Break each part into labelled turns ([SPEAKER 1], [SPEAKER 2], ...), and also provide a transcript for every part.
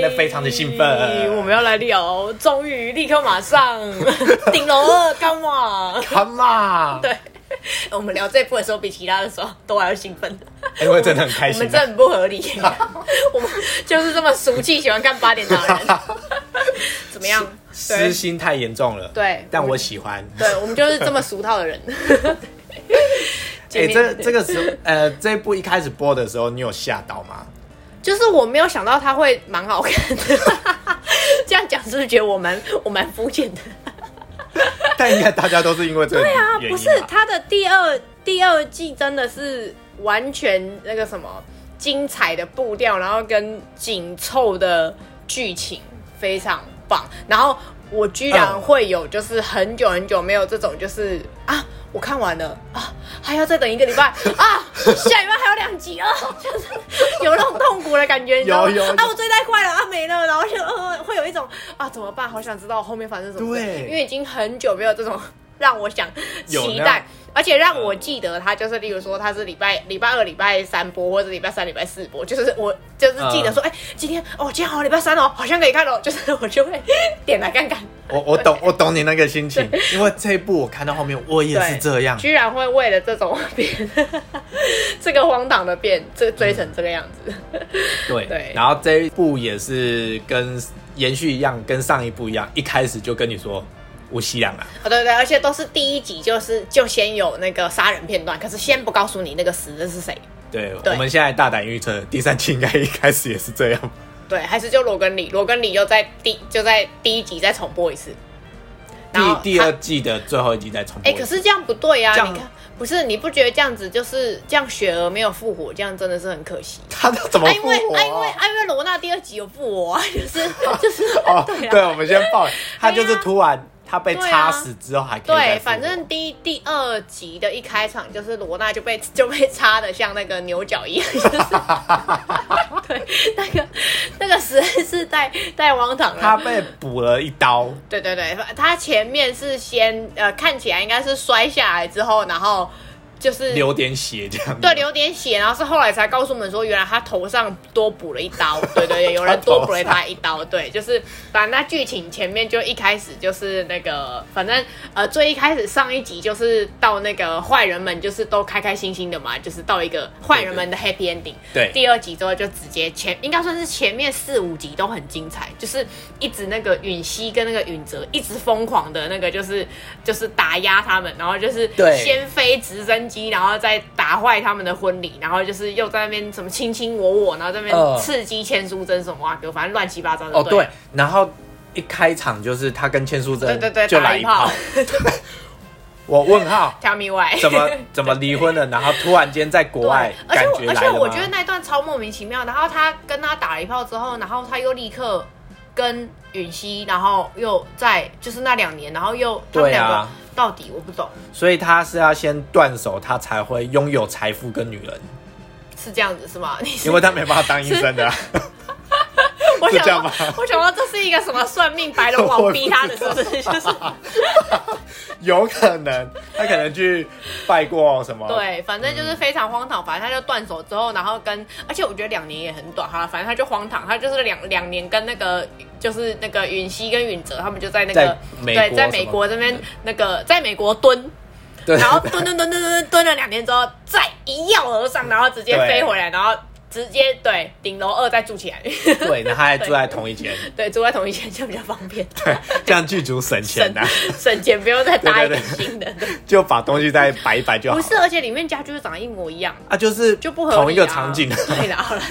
[SPEAKER 1] 得哎非常的兴奋。
[SPEAKER 2] 我们要来聊，终于立刻 马上顶楼了，干嘛？
[SPEAKER 1] Come on！
[SPEAKER 2] 对，我们聊这部的时候比其他的时候都还要兴奋。
[SPEAKER 1] 因哎为真的很开
[SPEAKER 2] 我
[SPEAKER 1] 心啊
[SPEAKER 2] 们真的很不合 理，我们就是这么俗气，喜欢看八点档的人。 怎么样？
[SPEAKER 1] 私
[SPEAKER 2] 对
[SPEAKER 1] 心太严重了。
[SPEAKER 2] 对
[SPEAKER 1] 但我喜欢。
[SPEAKER 2] 对，我们就是这么俗套的人。
[SPEAKER 1] 哎、
[SPEAKER 2] 见面
[SPEAKER 1] 这这个时候呃，这一部一开始播的时候，你有吓到 吗？
[SPEAKER 2] 就是我没有想到它会蛮好看的。 这样讲是不是觉得我蛮我蛮肤浅的？
[SPEAKER 1] 但应该大家都是因为这个
[SPEAKER 2] 啊，
[SPEAKER 1] 原因吧
[SPEAKER 2] 不是，它的第二第二季真的是完全那个什么精彩的步调，然后跟紧凑的剧情非常棒。然后我居然
[SPEAKER 1] 嗯
[SPEAKER 2] 会有就是很久很久没有这种就是啊，我看完了啊，还要再等一个礼拜 啊，下礼拜还有两集啊，就是有那种痛苦的感觉，你知道吗？
[SPEAKER 1] 有有有
[SPEAKER 2] 啊，我追太快了啊，没了，然后就呃会有一种啊怎么办？好想知道后面发生什么事，
[SPEAKER 1] 对
[SPEAKER 2] 因为已经很久没有这种 让我想
[SPEAKER 1] 有
[SPEAKER 2] 期
[SPEAKER 1] 那
[SPEAKER 2] 待
[SPEAKER 1] 样，嗯
[SPEAKER 2] 而且让我记得它就是，例如说它是礼拜礼拜二、礼拜三播，或者礼拜三、礼拜四播，就是我就是
[SPEAKER 1] 嗯
[SPEAKER 2] 记得说，哎、今天哦，今天好像礼拜三哦，好像可以看哦，就是我就会点来看看。
[SPEAKER 1] 我我懂我懂你那个心情，因为这一部我看到后面我 也是
[SPEAKER 2] 对
[SPEAKER 1] 这样，
[SPEAKER 2] 居然会为了这种 变，这个荒唐的变，这追成这个样
[SPEAKER 1] 嗯
[SPEAKER 2] 子，
[SPEAKER 1] 对
[SPEAKER 2] 对
[SPEAKER 1] 然后这一部也是跟延续一样，跟上一部一样，一开始就跟你说无锡养啊，
[SPEAKER 2] 哦对对，而且都是第一集就是就先有那个杀人片段，可是先不告诉你那个死的是谁，
[SPEAKER 1] 对，
[SPEAKER 2] 对
[SPEAKER 1] 我们现在大胆预测第三期应该一开始也是这样，
[SPEAKER 2] 对，还是就罗根里，罗根里又在第就在第一集再重播一次，然后
[SPEAKER 1] 第第
[SPEAKER 2] 他
[SPEAKER 1] 二季的最后一集再重播
[SPEAKER 2] 哎、
[SPEAKER 1] 一次。
[SPEAKER 2] 可是这样不对啊！
[SPEAKER 1] 这样
[SPEAKER 2] 你看，不是你不觉得这样子就是这样雪儿没有复活，这样真的是很可惜。
[SPEAKER 1] 他都怎么
[SPEAKER 2] 啊，因
[SPEAKER 1] 复
[SPEAKER 2] 为
[SPEAKER 1] 活
[SPEAKER 2] 啊，因为
[SPEAKER 1] 啊？
[SPEAKER 2] 啊，因为罗纳第二集有复活啊， 就是 就是
[SPEAKER 1] 哦，
[SPEAKER 2] 对啊
[SPEAKER 1] 对，我们先报， 他就是突然他被
[SPEAKER 2] 对啊
[SPEAKER 1] 插死之后还可以再
[SPEAKER 2] 对，
[SPEAKER 1] 复活
[SPEAKER 2] 反正第一第二集的一开场就是罗纳就被就被插的像那个牛角一样，就是 对，那个那个实在是太太荒唐了。
[SPEAKER 1] 他被补了一刀，
[SPEAKER 2] 对对对，他前面是先呃看起来应该是摔下来之后，然后就是
[SPEAKER 1] 流点血这样。
[SPEAKER 2] 对，流点血，然后是后来才告诉我们说，原来他头上多补了一刀。 对对对，有人多补了他一刀。对，就是反正那剧情前面就一开始就是那个，反正呃最一开始上一集就是到那个坏人们就是都开开心心的嘛，就是到一个坏人们的 happy ending。
[SPEAKER 1] 对
[SPEAKER 2] 第二集之后就直接前应该算是前面四五集都很精彩，就是一直那个允熙跟那个允哲一直疯狂的那个就是就是打压他们，然后就是
[SPEAKER 1] 对
[SPEAKER 2] 先飞直升机，然后再打坏他们的婚礼，然后就是又在那边什么卿卿我我，然后在那边
[SPEAKER 1] 呃
[SPEAKER 2] 刺激千书真什么啊，哥，反正乱七八糟的。
[SPEAKER 1] 哦对，然后一开场就是他跟千书
[SPEAKER 2] 对
[SPEAKER 1] 真
[SPEAKER 2] 对对，
[SPEAKER 1] 就
[SPEAKER 2] 打
[SPEAKER 1] 来
[SPEAKER 2] 一
[SPEAKER 1] 炮
[SPEAKER 2] 炮，
[SPEAKER 1] 我问号。
[SPEAKER 2] ，Tell me why？
[SPEAKER 1] 怎么怎么离婚了，然后突然间在国外
[SPEAKER 2] 而且
[SPEAKER 1] 感
[SPEAKER 2] 我
[SPEAKER 1] 觉来
[SPEAKER 2] 而且
[SPEAKER 1] 了
[SPEAKER 2] 我
[SPEAKER 1] 吗
[SPEAKER 2] 觉得那一段超莫名其妙。然后他跟他打了一炮之后，然后他又立刻跟允熙，然后又在就是那两年，然后又他们
[SPEAKER 1] 对啊
[SPEAKER 2] 两个到底我不懂
[SPEAKER 1] 所以他是要先断手，他才会拥有财富跟女人，
[SPEAKER 2] 是这样子是吗？你是
[SPEAKER 1] 因为他没办法当医生的啊、
[SPEAKER 2] 我想
[SPEAKER 1] 这样
[SPEAKER 2] 到
[SPEAKER 1] 吗
[SPEAKER 2] 我想到这是一个什么算命白龙
[SPEAKER 1] 我
[SPEAKER 2] 王
[SPEAKER 1] 不
[SPEAKER 2] 逼他的，是不是？就是
[SPEAKER 1] 有可能他可能去拜过什么，，
[SPEAKER 2] 对，反正就是非常荒唐。反正他就断手之后，然后跟，而且我觉得两年也很短哈。反正他就荒唐，他就是两两年跟那个就是那个允熙跟允哲他们就在那个
[SPEAKER 1] 在美
[SPEAKER 2] 对，
[SPEAKER 1] 国
[SPEAKER 2] 在
[SPEAKER 1] 什
[SPEAKER 2] 美
[SPEAKER 1] 么
[SPEAKER 2] 国这边那个在美国蹲，
[SPEAKER 1] 对
[SPEAKER 2] 然后 蹲蹲蹲蹲蹲蹲了两年之后，再一跃而上，然后直接
[SPEAKER 1] 对
[SPEAKER 2] 飞回来，然后直接对顶楼二再住起来，
[SPEAKER 1] 对，然后他还住在同一间，
[SPEAKER 2] 对，住在同一间就比较方便，
[SPEAKER 1] 这样剧组省钱
[SPEAKER 2] 省
[SPEAKER 1] 呐、啊，
[SPEAKER 2] 省钱，不用再搭一
[SPEAKER 1] 对
[SPEAKER 2] 个
[SPEAKER 1] 对对
[SPEAKER 2] 新的。对
[SPEAKER 1] 就把东西再摆一摆就好
[SPEAKER 2] 不。是，而且里面家具就长得一模一样。
[SPEAKER 1] 啊，就是
[SPEAKER 2] 就不合理、啊、
[SPEAKER 1] 同一个场景，
[SPEAKER 2] 对啦。 好了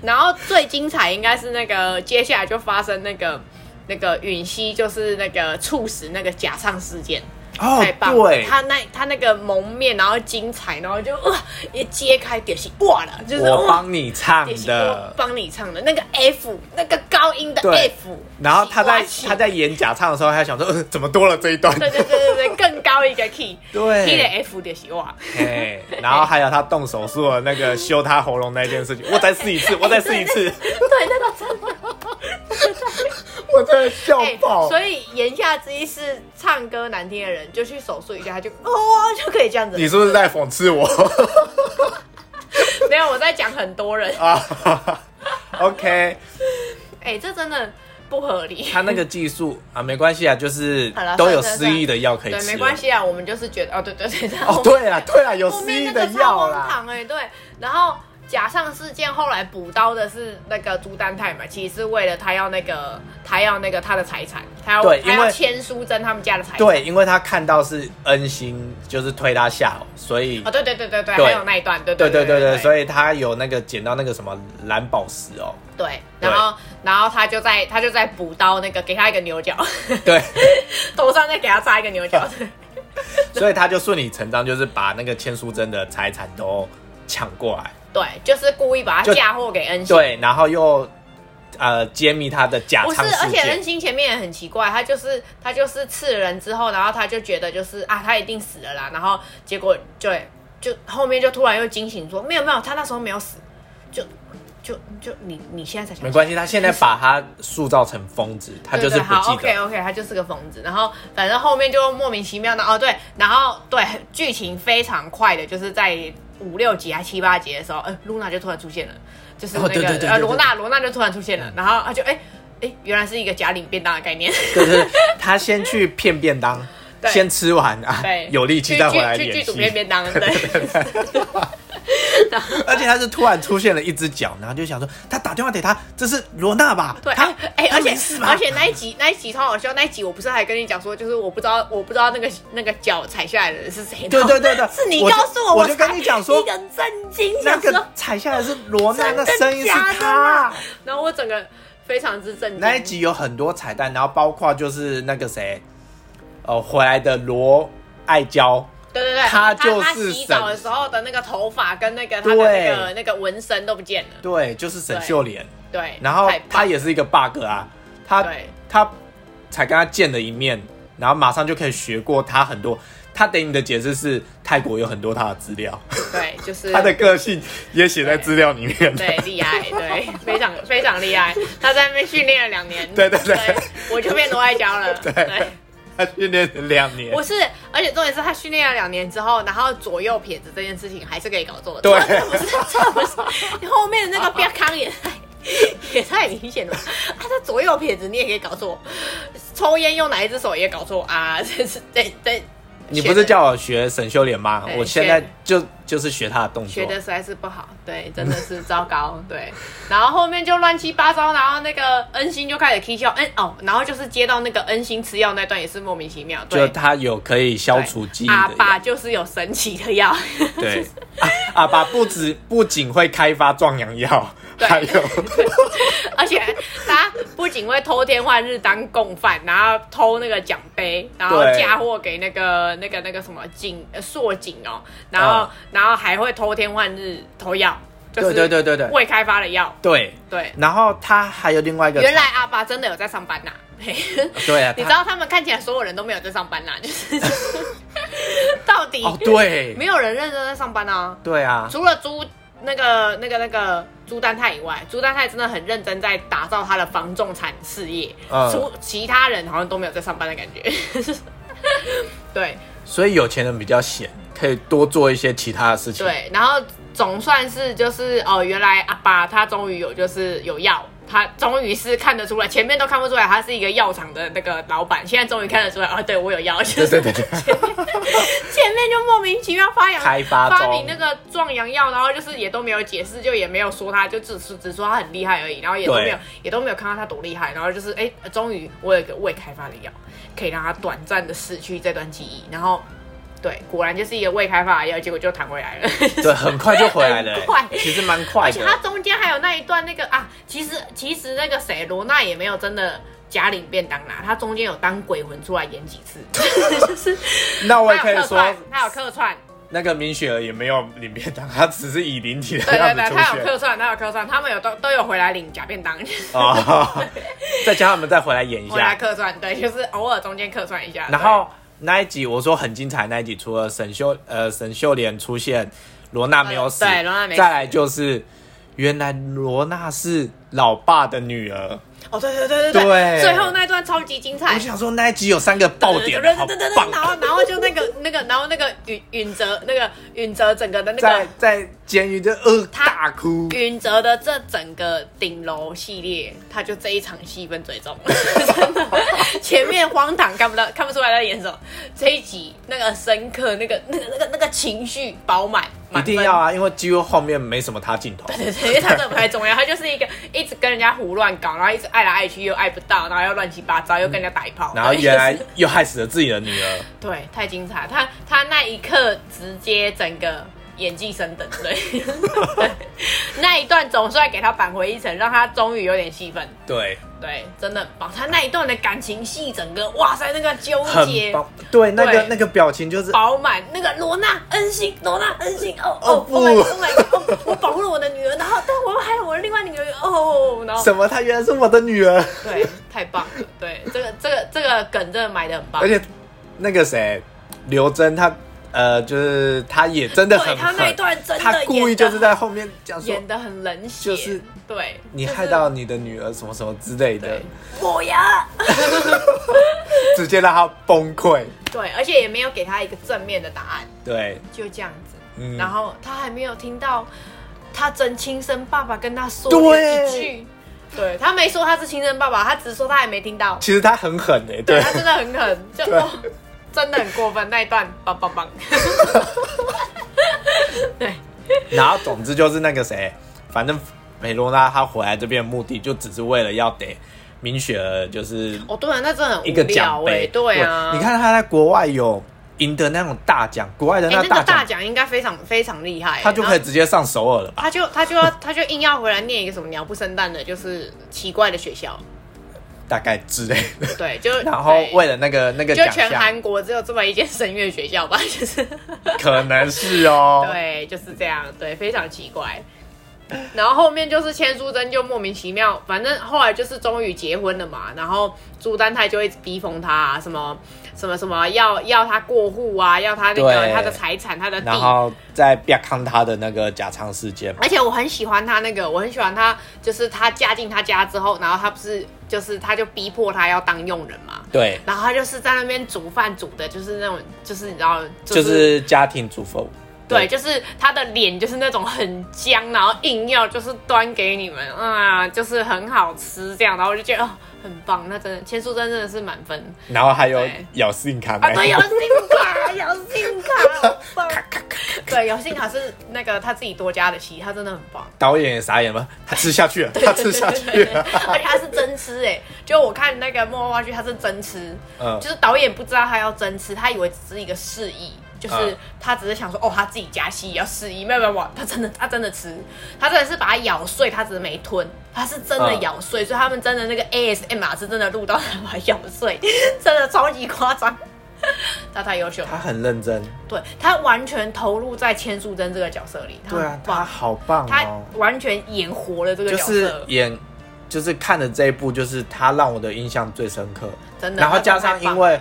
[SPEAKER 2] 然后最精彩应该是那个接下来就发生那个那个允熙就是那个猝死那个假唱事件。
[SPEAKER 1] 哦
[SPEAKER 2] 太棒了！
[SPEAKER 1] 对，
[SPEAKER 2] 他那他那个蒙面，然后精彩，然后就哇一揭开点心哇了，就是
[SPEAKER 1] 我
[SPEAKER 2] 哇
[SPEAKER 1] 帮你唱
[SPEAKER 2] 点心我
[SPEAKER 1] 的。
[SPEAKER 2] 帮你唱的那个 F 那个高音的
[SPEAKER 1] 对
[SPEAKER 2] F，
[SPEAKER 1] 然后他在
[SPEAKER 2] 西瓜
[SPEAKER 1] 他在演假唱的时候，他想说，呃，怎么多了这一段？
[SPEAKER 2] 对对对对对更高一个 key，
[SPEAKER 1] 对
[SPEAKER 2] key 的 F 点心哇，
[SPEAKER 1] 嘿，然后还有他动手术的那个修他喉咙那件事情，我再试一 次，我再试一次，
[SPEAKER 2] 哎对那个真的
[SPEAKER 1] 我真的笑
[SPEAKER 2] 哎，
[SPEAKER 1] 爆。
[SPEAKER 2] 所以言下之意是，唱歌难听的人就去手术一下，他就哦就可以这 样子。
[SPEAKER 1] 你是不是在讽刺我
[SPEAKER 2] 没有，我在讲很多人。
[SPEAKER 1] 啊？OK，
[SPEAKER 2] 哎、这真的不合理。
[SPEAKER 1] 他那个技术啊，没关系啊，就是
[SPEAKER 2] 好了
[SPEAKER 1] 都有
[SPEAKER 2] 算了
[SPEAKER 1] 失忆的药可以
[SPEAKER 2] 对
[SPEAKER 1] 吃，，
[SPEAKER 2] 没关。系啊，我们就是觉得哦，对对对，然后
[SPEAKER 1] 哎 哦，对啊，对啊，有
[SPEAKER 2] 后
[SPEAKER 1] 失
[SPEAKER 2] 面
[SPEAKER 1] 忆
[SPEAKER 2] 那
[SPEAKER 1] 的
[SPEAKER 2] 个超
[SPEAKER 1] 药
[SPEAKER 2] 荒
[SPEAKER 1] 啦。
[SPEAKER 2] 唐哎、对，然后假上事件后来补刀的是那个朱丹泰嘛，其实是为了他要那个他要那个他的财产，他要
[SPEAKER 1] 对
[SPEAKER 2] 他
[SPEAKER 1] 因
[SPEAKER 2] 要
[SPEAKER 1] 为
[SPEAKER 2] 签书争他们家的财产，
[SPEAKER 1] 对，因为他看到是恩星，就是推他下楼，所以
[SPEAKER 2] 哦，对对对对对，
[SPEAKER 1] 对
[SPEAKER 2] 还有那一段，对
[SPEAKER 1] 对
[SPEAKER 2] 对
[SPEAKER 1] 对对对，
[SPEAKER 2] 对，
[SPEAKER 1] 所
[SPEAKER 2] 以
[SPEAKER 1] 以他有那个捡到那个什么蓝宝石 哦，
[SPEAKER 2] 对，
[SPEAKER 1] 对
[SPEAKER 2] 然后然后他就在他就在补刀那个，给他一个牛角，
[SPEAKER 1] 对，
[SPEAKER 2] 头上再给他扎一个牛角，
[SPEAKER 1] 所以他就顺理成章就是把那个千淑珍的财产都抢过来，
[SPEAKER 2] 对，就是故意把他
[SPEAKER 1] 就
[SPEAKER 2] 嫁祸给恩熙。
[SPEAKER 1] 对，然后又呃揭秘他的假
[SPEAKER 2] 不是
[SPEAKER 1] 仓，
[SPEAKER 2] 而
[SPEAKER 1] 事
[SPEAKER 2] 且
[SPEAKER 1] 件，
[SPEAKER 2] 恩熙前面也很奇怪，他就是他就是刺了人之后，然后他就觉得就是啊，他一定死了啦，然后结果对，就后面就突然又惊醒说没有没有，他那时候没有死，就就就你你现在才想
[SPEAKER 1] 没
[SPEAKER 2] 起
[SPEAKER 1] 关系，他现在把他塑造成疯子，他就是不记
[SPEAKER 2] 对对
[SPEAKER 1] 得。
[SPEAKER 2] 好，OK OK，他就是个疯子。然后反正后面就莫名其妙的哦，对，然后对 剧情非常快的，就是在五六集还七八集的时候，呃，露娜就突然出现了，就是
[SPEAKER 1] 哦
[SPEAKER 2] 那
[SPEAKER 1] 对对对
[SPEAKER 2] 个
[SPEAKER 1] 对
[SPEAKER 2] 呃
[SPEAKER 1] 对嗯
[SPEAKER 2] 罗娜罗娜就突然出现了，然后他就哎哎，原来是一个假领便当的 概念。
[SPEAKER 1] 对对对，他先去骗便当，
[SPEAKER 2] 对
[SPEAKER 1] 先吃完啊
[SPEAKER 2] 对，，
[SPEAKER 1] 有力气再回来
[SPEAKER 2] 去去
[SPEAKER 1] 演
[SPEAKER 2] 去煮面
[SPEAKER 1] 戏。
[SPEAKER 2] 便当， 对，
[SPEAKER 1] 而且他是突然出现了一只脚，然后就想说他打电话给他，这是罗娜吧？
[SPEAKER 2] 对，
[SPEAKER 1] 他
[SPEAKER 2] 哎、哎
[SPEAKER 1] 他
[SPEAKER 2] 而且
[SPEAKER 1] 没事吧？
[SPEAKER 2] 而且那一集那一集超好笑，那一集我不是还跟你讲说，就是我不知道我不知道那个那个脚踩下来的人是谁，
[SPEAKER 1] 对对对对
[SPEAKER 2] 是你
[SPEAKER 1] 我就
[SPEAKER 2] 告诉我，
[SPEAKER 1] 我就
[SPEAKER 2] 才
[SPEAKER 1] 跟你讲说
[SPEAKER 2] 一个震惊，
[SPEAKER 1] 那
[SPEAKER 2] 想说
[SPEAKER 1] 个踩下来是罗娜，
[SPEAKER 2] 真的
[SPEAKER 1] 那声音是
[SPEAKER 2] 假的
[SPEAKER 1] 他
[SPEAKER 2] 啦。然后我整个非常之震惊，
[SPEAKER 1] 那一集有很多彩蛋，然后包括就是那个谁，呃，回来的罗爱娇，
[SPEAKER 2] 对对对，
[SPEAKER 1] 他就是
[SPEAKER 2] 他洗澡的时候的那个头发跟那个他的那
[SPEAKER 1] 对
[SPEAKER 2] 个那个纹身都不见了，
[SPEAKER 1] 对，就是沈秀莲，
[SPEAKER 2] 对，
[SPEAKER 1] 然后
[SPEAKER 2] 太棒
[SPEAKER 1] 他也是一个 bug 啊，他
[SPEAKER 2] 对
[SPEAKER 1] 他才跟他见了一面，然后马上就可以学过他很多。他给你的解释是，泰国有很多他的资料，
[SPEAKER 2] 对，就是
[SPEAKER 1] 他的个性也写在资料里面了。
[SPEAKER 2] 对，厉害，对，非常非常厉害。他在那边训练了两年，
[SPEAKER 1] 对对对
[SPEAKER 2] 我就变罗外 交了。对
[SPEAKER 1] 他训练了两年
[SPEAKER 2] 我，是，而且重点是他训练了两年之后，然后左右撇子这件事情还是可以搞做的。
[SPEAKER 1] 对
[SPEAKER 2] 这不是，这不是，你后面的那个标康也太也太明显了吧。啊，他左右撇子你也可以搞错，抽烟用哪一只手也搞错啊，这是对对。
[SPEAKER 1] 你不是叫我学沈秀莲吗
[SPEAKER 2] 对？
[SPEAKER 1] 我现在就就是学他的动作
[SPEAKER 2] 学。的实在是不好，对，真的是糟糕，对。然后后面就乱七八糟，然后那个恩星就开始 K 笑，恩哦，然后就是接到那个恩星吃药那段也是莫名其妙，
[SPEAKER 1] 就
[SPEAKER 2] 对。
[SPEAKER 1] 他有可以消除记忆
[SPEAKER 2] 阿
[SPEAKER 1] 的
[SPEAKER 2] 爸
[SPEAKER 1] 药，
[SPEAKER 2] 就是有神奇的药，
[SPEAKER 1] 对，啊阿爸不止不仅会开发壮阳药，
[SPEAKER 2] 对
[SPEAKER 1] 还有
[SPEAKER 2] 而且他不仅会偷天换日当共犯，然后偷那个奖杯，然后
[SPEAKER 1] 对
[SPEAKER 2] 嫁祸给那个那个那个什么警呃硕警哦，然后、
[SPEAKER 1] 嗯
[SPEAKER 2] 然后还会偷天换日偷药，就是
[SPEAKER 1] 对对对对对
[SPEAKER 2] 未开发的药，
[SPEAKER 1] 对，
[SPEAKER 2] 对。
[SPEAKER 1] 然后他还有另外一个，
[SPEAKER 2] 原来阿爸真的有在上班呐、 嘿
[SPEAKER 1] 对啊，
[SPEAKER 2] 你知
[SPEAKER 1] 他
[SPEAKER 2] 道他们看起来所有人都没有在上班啦、就是 到底、
[SPEAKER 1] 哦，对
[SPEAKER 2] 没有人认真在上班啊，
[SPEAKER 1] 对啊，
[SPEAKER 2] 除了朱那个那个那个朱丹泰以外，朱丹泰真的很认真在打造他的房仲产事业，
[SPEAKER 1] 嗯
[SPEAKER 2] 除其他人好像都没有在上班的感觉。对
[SPEAKER 1] 所以有钱人比较闲，可以多做一些其他的事情。
[SPEAKER 2] 对，然后总算是就是哦，原来阿爸他终于有就是有药。他终于是看得出来，前面都看不出来，他是一个药厂的那个老板。现在终于看得出来，啊，对我有药，就
[SPEAKER 1] 对
[SPEAKER 2] 是
[SPEAKER 1] 对对对，
[SPEAKER 2] 前面就莫名其妙发扬
[SPEAKER 1] 开发中
[SPEAKER 2] 发明那个壮阳药，然后就是也都没有解释，就也没有说他，就只是只说他很厉害而已，然后也都
[SPEAKER 1] 对
[SPEAKER 2] 没有也都没有看到他多厉害，然后就是哎，终于我有一个未开发的药，可以让他短暂的失去这段记忆，然后对，果然就是一个未开发的药，结果就弹回 来了。
[SPEAKER 1] 对，很快就回来了、
[SPEAKER 2] 很快
[SPEAKER 1] 其实蛮快
[SPEAKER 2] 而且它
[SPEAKER 1] 的。
[SPEAKER 2] 中间还有那一段那个啊，其实其实那个谁罗娜也没有真的啊假领便当啦，他中间有当鬼魂出来演几次，就是
[SPEAKER 1] 那 我也
[SPEAKER 2] 他
[SPEAKER 1] 可
[SPEAKER 2] 有
[SPEAKER 1] 以
[SPEAKER 2] 客
[SPEAKER 1] 说
[SPEAKER 2] 串，，他有客串。
[SPEAKER 1] 那个明雪儿也没有领便当，她只是以灵体的
[SPEAKER 2] 对
[SPEAKER 1] 样
[SPEAKER 2] 对
[SPEAKER 1] 子
[SPEAKER 2] 对，
[SPEAKER 1] 出
[SPEAKER 2] 他有
[SPEAKER 1] 现
[SPEAKER 2] 客串，他有客串，他们有都都有回来领假 便当，
[SPEAKER 1] 啊，再叫他们再回来演一
[SPEAKER 2] 回来
[SPEAKER 1] 下。
[SPEAKER 2] 客串，对，就是偶尔中间客串一下。
[SPEAKER 1] 然后那一集我说很精彩，那一集除了沈秀呃沈秀莲出现，罗娜没有死，
[SPEAKER 2] 对罗娜没死
[SPEAKER 1] 再来就是原来罗娜是老爸的女儿。
[SPEAKER 2] 哦，对对对对
[SPEAKER 1] 对
[SPEAKER 2] 最后那段超级精彩
[SPEAKER 1] 我。想说那一集有三个爆点，好棒
[SPEAKER 2] 然！后然后就那个那个，然后那个允允哲那个允哲整个的那
[SPEAKER 1] 在
[SPEAKER 2] 个
[SPEAKER 1] 在监狱就呃
[SPEAKER 2] 他
[SPEAKER 1] 大哭，
[SPEAKER 2] 允哲的这整个顶楼系列，他就这一场戏份最重， 真的。前面荒唐看不到，看不出来他在演什么。这一集那个深刻，那个那个那个那个情绪饱满，
[SPEAKER 1] 一
[SPEAKER 2] 满分
[SPEAKER 1] 定要啊，因为几乎后面没什么他镜头。
[SPEAKER 2] 对对，因为他真的不太重要，他就是一个一直跟人家胡乱搞，然后一直爱来爱去又爱不到，然后又乱七八糟，又跟人家打一炮。
[SPEAKER 1] 然后原来又害死了自己的女儿，
[SPEAKER 2] 对，太精彩了，他他那一刻直接整个演技升等，对， 对那一段总算给他扳回一城，让他终于有点戏份。
[SPEAKER 1] 对，
[SPEAKER 2] 对，真的很棒，他那一段的感情戏，整个哇塞，那个纠
[SPEAKER 1] 很
[SPEAKER 2] 结
[SPEAKER 1] 棒，对，那个
[SPEAKER 2] 对
[SPEAKER 1] 那个表情就是
[SPEAKER 2] 饱满，那个罗纳恩星，罗纳恩星，哦
[SPEAKER 1] 哦
[SPEAKER 2] 哦
[SPEAKER 1] 不
[SPEAKER 2] ，Oh my God，Oh my God，哦我保护了我的女儿，然后但我又还有我的另外女儿，哦，然后
[SPEAKER 1] 什么，她原来是我的女儿，
[SPEAKER 2] 对，太棒了，对，这个这个这个梗真的埋的很棒
[SPEAKER 1] 而。且那个谁，刘真她呃，就是她也真的
[SPEAKER 2] 对
[SPEAKER 1] 很
[SPEAKER 2] 他那一
[SPEAKER 1] 狠，
[SPEAKER 2] 段真的
[SPEAKER 1] 她故意
[SPEAKER 2] 演得
[SPEAKER 1] 就是在后面讲说
[SPEAKER 2] 演的很冷血，
[SPEAKER 1] 就是
[SPEAKER 2] 对，
[SPEAKER 1] 你
[SPEAKER 2] 就是
[SPEAKER 1] 害到你的女儿什么什么之类的
[SPEAKER 2] 对，我呀，
[SPEAKER 1] 直接让她崩溃，
[SPEAKER 2] 对，而且也没有给他一个正面的答案，
[SPEAKER 1] 对，
[SPEAKER 2] 就这样子。
[SPEAKER 1] 嗯
[SPEAKER 2] 然后他还没有听到他真亲生爸爸跟他说
[SPEAKER 1] 对
[SPEAKER 2] 的一句，对他没说他是亲生爸爸，他只是说他还没听到。
[SPEAKER 1] 其实她很狠诶、对
[SPEAKER 2] 他，真的很 狠，就
[SPEAKER 1] 对
[SPEAKER 2] 哇，真的很过分那一段，棒棒 棒。对，
[SPEAKER 1] 然后总之就是那个谁，反正梅罗娜她回来这边的目的就只是为了要得明雪儿，就是
[SPEAKER 2] 哦对啊，那真的很无
[SPEAKER 1] 一个
[SPEAKER 2] 聊
[SPEAKER 1] 奖
[SPEAKER 2] 哎、
[SPEAKER 1] 杯。
[SPEAKER 2] 对啊，
[SPEAKER 1] 你看他在国外有赢得那种大奖，国外的
[SPEAKER 2] 哎、
[SPEAKER 1] 那
[SPEAKER 2] 那个
[SPEAKER 1] 奖，
[SPEAKER 2] 大奖应该非常非常厉害、欸
[SPEAKER 1] 他就可以
[SPEAKER 2] 然后
[SPEAKER 1] 直接上首尔了吧？
[SPEAKER 2] 他就他就要他就硬要回来念一个什么鸟不生蛋的，就是奇怪的学校，
[SPEAKER 1] 大概之类的。
[SPEAKER 2] 对，就
[SPEAKER 1] 然后
[SPEAKER 2] 对
[SPEAKER 1] 为了那个那个
[SPEAKER 2] 就
[SPEAKER 1] 奖
[SPEAKER 2] 全
[SPEAKER 1] 项，
[SPEAKER 2] 韩国只有这么一间声乐学校吧， 就是
[SPEAKER 1] 可能是哦。
[SPEAKER 2] 对，就是这样，对，非常奇怪。然后后面就是千淑珍就莫名其妙，反正后来就是终于结婚了嘛。然后朱丹泰就一直逼疯他、啊，什么什么什么要要他过户啊，要他那个
[SPEAKER 1] 对
[SPEAKER 2] 他的财产、他的地
[SPEAKER 1] 然。后再不要看他的那个假唱事件嘛，
[SPEAKER 2] 而且我很喜欢他那个，我很喜欢他，就是他嫁进他家之后，然后他不是就是他就逼迫他要当佣人嘛。
[SPEAKER 1] 对，
[SPEAKER 2] 然后他就是在那边煮饭煮的，就是那种，就是你知道，
[SPEAKER 1] 就是家庭主妇。
[SPEAKER 2] 对，就是他的脸就是那种很僵，然后硬要就是端给你们，啊、就是很好吃这样，然后我就觉得哦，很棒，那真的千树真真的是满分
[SPEAKER 1] 然后还有
[SPEAKER 2] 对
[SPEAKER 1] 咬信卡
[SPEAKER 2] 啊，对，
[SPEAKER 1] 梅
[SPEAKER 2] 有，信卡，有信卡，好 棒，对，有信卡是那个他自己多加的戏，他真的很棒。
[SPEAKER 1] 导演也傻眼了，他吃下去了，他吃下去了。
[SPEAKER 2] 而且他是真吃哎、就我看那个《默默花絮》，他是真吃，
[SPEAKER 1] 嗯
[SPEAKER 2] 就是导演不知道他要真吃，他以为只是一个示意，就是
[SPEAKER 1] 嗯
[SPEAKER 2] 他只是想说哦，他自己加戏也要示意，没有没有，没有他真的他真的吃，他真的是把它咬碎，他只是没吞，他是真的
[SPEAKER 1] 嗯
[SPEAKER 2] 咬碎，所以他们真的那个 ASMR 是真的录到他把它咬碎，真的超级夸张，他太优秀了，
[SPEAKER 1] 他很认真，
[SPEAKER 2] 对他完全投入在千树珍这个角色里，他
[SPEAKER 1] 对啊
[SPEAKER 2] 很，棒
[SPEAKER 1] 他好棒
[SPEAKER 2] 他
[SPEAKER 1] 哦。
[SPEAKER 2] 完全演活了这个
[SPEAKER 1] 就
[SPEAKER 2] 角色，
[SPEAKER 1] 是演，就是看了这一部，就是他让我的印象最深刻。
[SPEAKER 2] 真的。
[SPEAKER 1] 然后
[SPEAKER 2] 他
[SPEAKER 1] 加
[SPEAKER 2] 真的
[SPEAKER 1] 上
[SPEAKER 2] 太棒
[SPEAKER 1] 因为，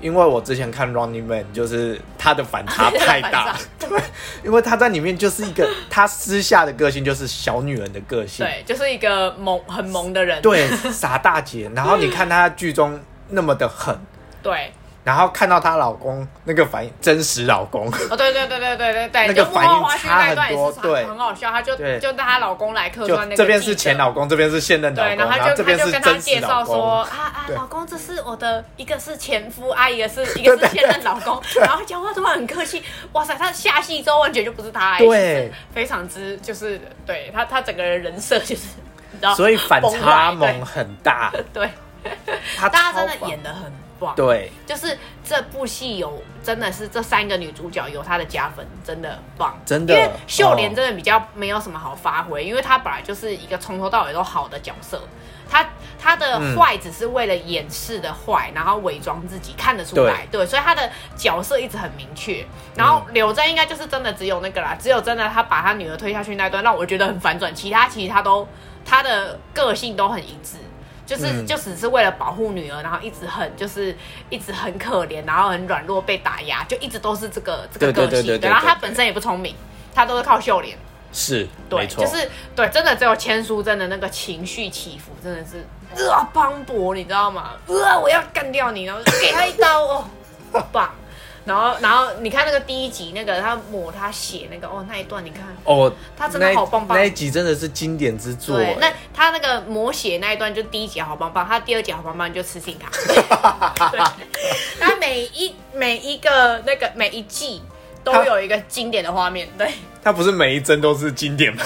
[SPEAKER 1] 因为我之前看《Running Man》，就是他的反 差太大
[SPEAKER 2] 反差，
[SPEAKER 1] 对，因为他在里面就是一个他私下的个性就是小女人的个性，
[SPEAKER 2] 对，就是一个萌很萌的人，
[SPEAKER 1] 对，傻大姐。然后你看她剧中那么的狠，
[SPEAKER 2] 对，
[SPEAKER 1] 然后看到她老公那个反应，真实老公，
[SPEAKER 2] 哦，对对对对对对对，
[SPEAKER 1] 那个
[SPEAKER 2] 就幕
[SPEAKER 1] 反应
[SPEAKER 2] 后花絮那一
[SPEAKER 1] 差
[SPEAKER 2] 段
[SPEAKER 1] 很
[SPEAKER 2] 也
[SPEAKER 1] 多
[SPEAKER 2] 是
[SPEAKER 1] 对
[SPEAKER 2] 很很好笑，她就
[SPEAKER 1] 对
[SPEAKER 2] 就带她老公来客
[SPEAKER 1] 就
[SPEAKER 2] 串那个
[SPEAKER 1] 这边
[SPEAKER 2] 记
[SPEAKER 1] 是
[SPEAKER 2] 者
[SPEAKER 1] 前。老公，这边是现任老
[SPEAKER 2] 对，
[SPEAKER 1] 公，
[SPEAKER 2] 然后
[SPEAKER 1] 然
[SPEAKER 2] 他
[SPEAKER 1] 后
[SPEAKER 2] 就
[SPEAKER 1] 这
[SPEAKER 2] 他
[SPEAKER 1] 边
[SPEAKER 2] 就是跟他
[SPEAKER 1] 真实
[SPEAKER 2] 介绍
[SPEAKER 1] 老
[SPEAKER 2] 说
[SPEAKER 1] 公，
[SPEAKER 2] 啊啊，
[SPEAKER 1] 对
[SPEAKER 2] 老公，这是我的一个是前夫啊，一个是一个是现任老公，然后讲话突然很客气，哇塞，他下戏之后完全就不是他、欸，
[SPEAKER 1] 对，
[SPEAKER 2] 非常之就是对他他整个人人设就是，你知道，
[SPEAKER 1] 所以反
[SPEAKER 2] 呃崩
[SPEAKER 1] 差
[SPEAKER 2] 坏对
[SPEAKER 1] 萌很大，
[SPEAKER 2] 对，
[SPEAKER 1] 他
[SPEAKER 2] 大家
[SPEAKER 1] 超
[SPEAKER 2] 真的
[SPEAKER 1] 棒
[SPEAKER 2] 演的很棒，
[SPEAKER 1] 对。
[SPEAKER 2] 就是这部戏有真的是这三个女主角有她的加分，真的棒，
[SPEAKER 1] 真的
[SPEAKER 2] 因为秀莲
[SPEAKER 1] 哦
[SPEAKER 2] 真的比较没有什么好发挥，因为她本来就是一个从头到尾都好的角色，她她的
[SPEAKER 1] 嗯
[SPEAKER 2] 坏只是为了掩饰的坏，然后伪装自己看得出来，对，所以她的角色一直很明确。然后柳真应该就是真的只有那个
[SPEAKER 1] 嗯
[SPEAKER 2] 啦，只有真的她把她女儿推下去那段让我觉得很反转，其他其实她都她的个性都很一致。就是、
[SPEAKER 1] 嗯
[SPEAKER 2] 就只是为了保护女儿，然后一直很就是一直很可怜，然后很软弱被打压，就一直都是这个这
[SPEAKER 1] 对对
[SPEAKER 2] 个个性。
[SPEAKER 1] 对对对
[SPEAKER 2] 然后她
[SPEAKER 1] 对对
[SPEAKER 2] 本身也不聪明，她都是靠秀莲。
[SPEAKER 1] 是，
[SPEAKER 2] 对，
[SPEAKER 1] 没错，
[SPEAKER 2] 就是对，真的只有千书真的那个情绪起伏真的是呃磅礴，你知道吗？呃，我要干掉你，然后给他一刀哦， 棒。然后，然后你看那个第一集，那个他抹他血那个，哦，那一段你看，
[SPEAKER 1] 哦，
[SPEAKER 2] 他真的好棒棒
[SPEAKER 1] 那一那一集真的是经典之作，
[SPEAKER 2] 对，那
[SPEAKER 1] 哎
[SPEAKER 2] 他那个抹血那一段就第一集好棒棒，他第二集好棒棒就吃 信卡。对，他每一每一个那个每一季都有一个经典的 画面，对，
[SPEAKER 1] 它不是每一帧都是经典吗？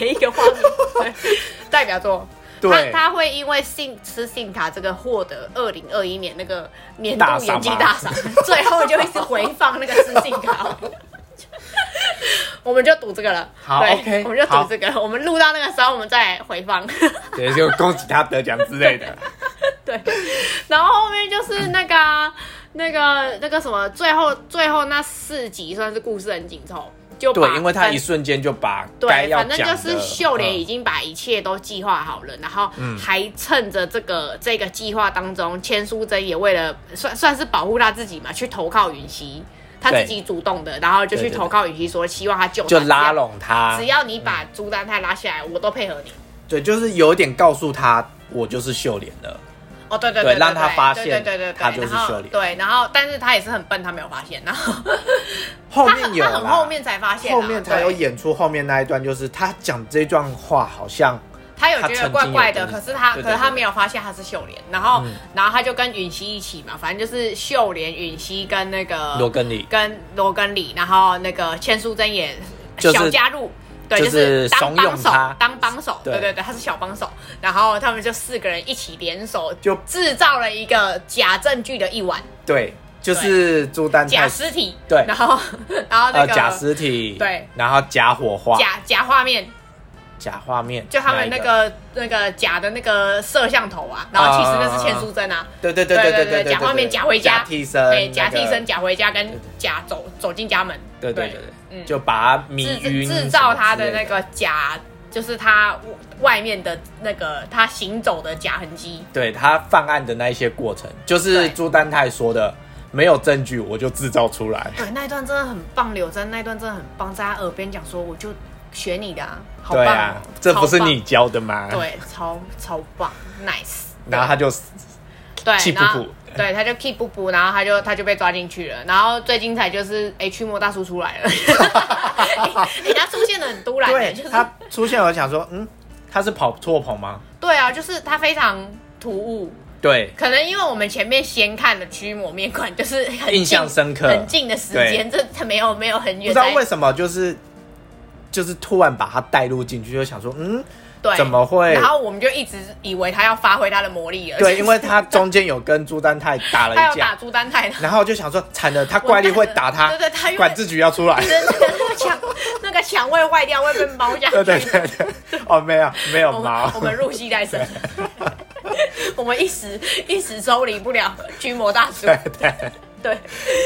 [SPEAKER 2] 每一个画面，对，代表作。他
[SPEAKER 1] 对，
[SPEAKER 2] 他会因为信吃信卡这个获得二零二一年那个年度
[SPEAKER 1] 大赏
[SPEAKER 2] 演技
[SPEAKER 1] 吗
[SPEAKER 2] 大赏，最后就一直回放那个吃信 卡。我们就赌这个了，
[SPEAKER 1] 好
[SPEAKER 2] 对
[SPEAKER 1] OK，
[SPEAKER 2] 我们就赌
[SPEAKER 1] 好
[SPEAKER 2] 这个了。我们录到那个时候，我们再来回放。
[SPEAKER 1] 对，就恭喜他得奖之类 的，
[SPEAKER 2] 对，然后后面就是那个啊、那个那个什么，最后最后那四集算是故事很紧凑，就把
[SPEAKER 1] 对，因为他
[SPEAKER 2] 反
[SPEAKER 1] 一瞬间就把该
[SPEAKER 2] 对，
[SPEAKER 1] 要
[SPEAKER 2] 反正
[SPEAKER 1] 讲的，
[SPEAKER 2] 就是秀莲已
[SPEAKER 1] 嗯
[SPEAKER 2] 经把一切都计划好了，然后还趁着这个这个计划当中，千淑珍也为了算算是保护她自己嘛，去投靠允熙，她自
[SPEAKER 1] 对
[SPEAKER 2] 己主动的，然后就
[SPEAKER 1] 对
[SPEAKER 2] 去
[SPEAKER 1] 对
[SPEAKER 2] 投靠允熙说，希望她救她
[SPEAKER 1] 就拉，拢他
[SPEAKER 2] 只要只，要你把朱丹泰拉下来，我都配合你。
[SPEAKER 1] 对，就是有点告诉他我就是秀莲了，
[SPEAKER 2] 哦，对对
[SPEAKER 1] 对
[SPEAKER 2] 对，
[SPEAKER 1] 让他发现
[SPEAKER 2] 对对对对，对
[SPEAKER 1] 他就是
[SPEAKER 2] 然后
[SPEAKER 1] 秀莲
[SPEAKER 2] 对，然后但是他也是很笨，他没有发现，然后
[SPEAKER 1] 后
[SPEAKER 2] 他
[SPEAKER 1] 面
[SPEAKER 2] 很
[SPEAKER 1] 有
[SPEAKER 2] 他很
[SPEAKER 1] 啦
[SPEAKER 2] 后面才发现啊，
[SPEAKER 1] 后面才有
[SPEAKER 2] 对
[SPEAKER 1] 演出后面那一段，就是他讲这段话好像
[SPEAKER 2] 他有觉得怪怪的，
[SPEAKER 1] 他
[SPEAKER 2] 可
[SPEAKER 1] 曾
[SPEAKER 2] 是
[SPEAKER 1] 经有
[SPEAKER 2] 他
[SPEAKER 1] 对对嗯
[SPEAKER 2] 可是他没有发现他是秀莲，然后、然后他就跟允熙一起嘛，反正就是秀莲、允熙跟那个
[SPEAKER 1] 罗根里
[SPEAKER 2] 跟罗根里，然后那个千淑珍也
[SPEAKER 1] 就是
[SPEAKER 2] 小加入。对，
[SPEAKER 1] 就
[SPEAKER 2] 就是是当
[SPEAKER 1] 怂恿
[SPEAKER 2] 帮手
[SPEAKER 1] 他，
[SPEAKER 2] 当帮手，
[SPEAKER 1] 对
[SPEAKER 2] 对对对，他是小帮手。然后他们就四个人一起联手，
[SPEAKER 1] 就
[SPEAKER 2] 制造了一个假证据的一晚，
[SPEAKER 1] 对，就是朱丹
[SPEAKER 2] 假
[SPEAKER 1] 泰
[SPEAKER 2] 尸体，
[SPEAKER 1] 对
[SPEAKER 2] 然后 然后那
[SPEAKER 1] 呃
[SPEAKER 2] 个
[SPEAKER 1] 假尸体，
[SPEAKER 2] 对，
[SPEAKER 1] 然后假火花，
[SPEAKER 2] 假假画面，
[SPEAKER 1] 假画面，
[SPEAKER 2] 就他们
[SPEAKER 1] 那
[SPEAKER 2] 那
[SPEAKER 1] 一，
[SPEAKER 2] 个那个假的那个摄像头啊，然后其实那是千淑珍啊，
[SPEAKER 1] 对对对对
[SPEAKER 2] 对
[SPEAKER 1] 对
[SPEAKER 2] 对
[SPEAKER 1] 对
[SPEAKER 2] 假画面假回家
[SPEAKER 1] 假替身，
[SPEAKER 2] 对，假替
[SPEAKER 1] 呃那
[SPEAKER 2] 身、
[SPEAKER 1] 个，
[SPEAKER 2] 假回家跟
[SPEAKER 1] 对
[SPEAKER 2] 假走走进家门，
[SPEAKER 1] 对对对对，
[SPEAKER 2] 嗯
[SPEAKER 1] 就把他迷
[SPEAKER 2] 制
[SPEAKER 1] 晕什么之类，
[SPEAKER 2] 制造他的那个假，就是他外面的那个他行走的假痕迹，
[SPEAKER 1] 对他犯案的那一些过程，就是
[SPEAKER 2] 对
[SPEAKER 1] 朱丹泰说的，没有证据我就制造出来，
[SPEAKER 2] 对，那一段真的很棒，柳真那一段真的很棒，在他耳边讲说，我就学你的啊，好棒
[SPEAKER 1] 对
[SPEAKER 2] 哦、
[SPEAKER 1] 啊，这不是你
[SPEAKER 2] 超
[SPEAKER 1] 教的吗？
[SPEAKER 2] 棒，，对，超超棒，nice。
[SPEAKER 1] 然后他就
[SPEAKER 2] 对，
[SPEAKER 1] 气
[SPEAKER 2] 然后
[SPEAKER 1] 噗噗
[SPEAKER 2] 对，他就气不不，然后他就他就被抓进去了。然后最精彩就是，哎，驱魔大叔出来了， 哎、他出现的很突然、欸
[SPEAKER 1] 对
[SPEAKER 2] 就是
[SPEAKER 1] 他出现，我想说，嗯，他是跑错棚吗？
[SPEAKER 2] 对啊，就是他非常突兀。
[SPEAKER 1] 对，
[SPEAKER 2] 可能因为我们前面先看的驱魔面馆，就是很近
[SPEAKER 1] 印象深刻
[SPEAKER 2] 很近的时间，这他没有没有很
[SPEAKER 1] 不
[SPEAKER 2] 远
[SPEAKER 1] 知道
[SPEAKER 2] 在，
[SPEAKER 1] 为什么就是就是突然把他带入进去，就想说， 嗯，
[SPEAKER 2] 对，
[SPEAKER 1] 怎么会
[SPEAKER 2] 然后我们就一直以为他要发挥他的魔力了，
[SPEAKER 1] 对，因为他中间有跟朱丹泰打了
[SPEAKER 2] 他要
[SPEAKER 1] 一
[SPEAKER 2] 打
[SPEAKER 1] 架，
[SPEAKER 2] 朱丹泰 的，
[SPEAKER 1] 然后就想说，惨了，他怪力会打他，
[SPEAKER 2] 对对他因为
[SPEAKER 1] 管制局要 出来，
[SPEAKER 2] 那个墙那个墙会坏掉，会被猫下
[SPEAKER 1] 对
[SPEAKER 2] 去
[SPEAKER 1] 对对 对，哦，没有没有
[SPEAKER 2] 我
[SPEAKER 1] 毛
[SPEAKER 2] 们，我们入戏太深， 我们一时一时抽离不了驱魔大叔。
[SPEAKER 1] 对对，
[SPEAKER 2] 对，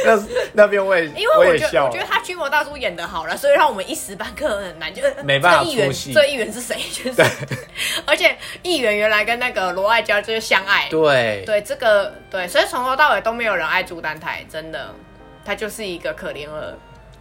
[SPEAKER 1] 那那边我也
[SPEAKER 2] 因为我
[SPEAKER 1] 也
[SPEAKER 2] 觉得
[SPEAKER 1] 笑
[SPEAKER 2] 我觉得
[SPEAKER 1] 了，
[SPEAKER 2] 他驱魔大叔演的好了，所以让我们一时半刻很难，就是
[SPEAKER 1] 没办法
[SPEAKER 2] 这议员
[SPEAKER 1] 出戏
[SPEAKER 2] 这议员是谁？就是， 而且议员原来跟那个罗爱娇就是相爱，
[SPEAKER 1] 对
[SPEAKER 2] 对这个对，所以从头到尾都没有人爱朱丹泰，真的，他就是一个可怜儿。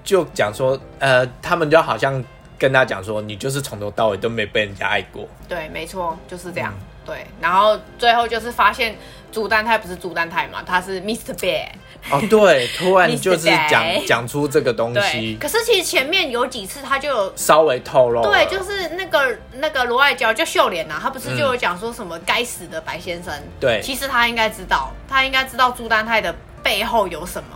[SPEAKER 1] 就讲说，呃，他们就好像跟他讲说，你就是从头到尾都没被人家爱过，
[SPEAKER 2] 对，没错，就是这样。
[SPEAKER 1] 嗯
[SPEAKER 2] 对，然后最后就是发现朱丹泰不是朱丹泰嘛，他是 Mr. Bear。
[SPEAKER 1] 哦，对，突然
[SPEAKER 2] Mr.
[SPEAKER 1] 就是讲
[SPEAKER 2] Day
[SPEAKER 1] 讲出这个东
[SPEAKER 2] 对，
[SPEAKER 1] 西，哦
[SPEAKER 2] 可是其实前面有几次他就有。
[SPEAKER 1] 稍微透露了，
[SPEAKER 2] 对，就是那个那个罗爱娇，就秀莲呐、啊，她不是就有讲说什么该死的白先生？
[SPEAKER 1] 对
[SPEAKER 2] 其实她应该知道，她应该知道朱丹泰的背后有什么，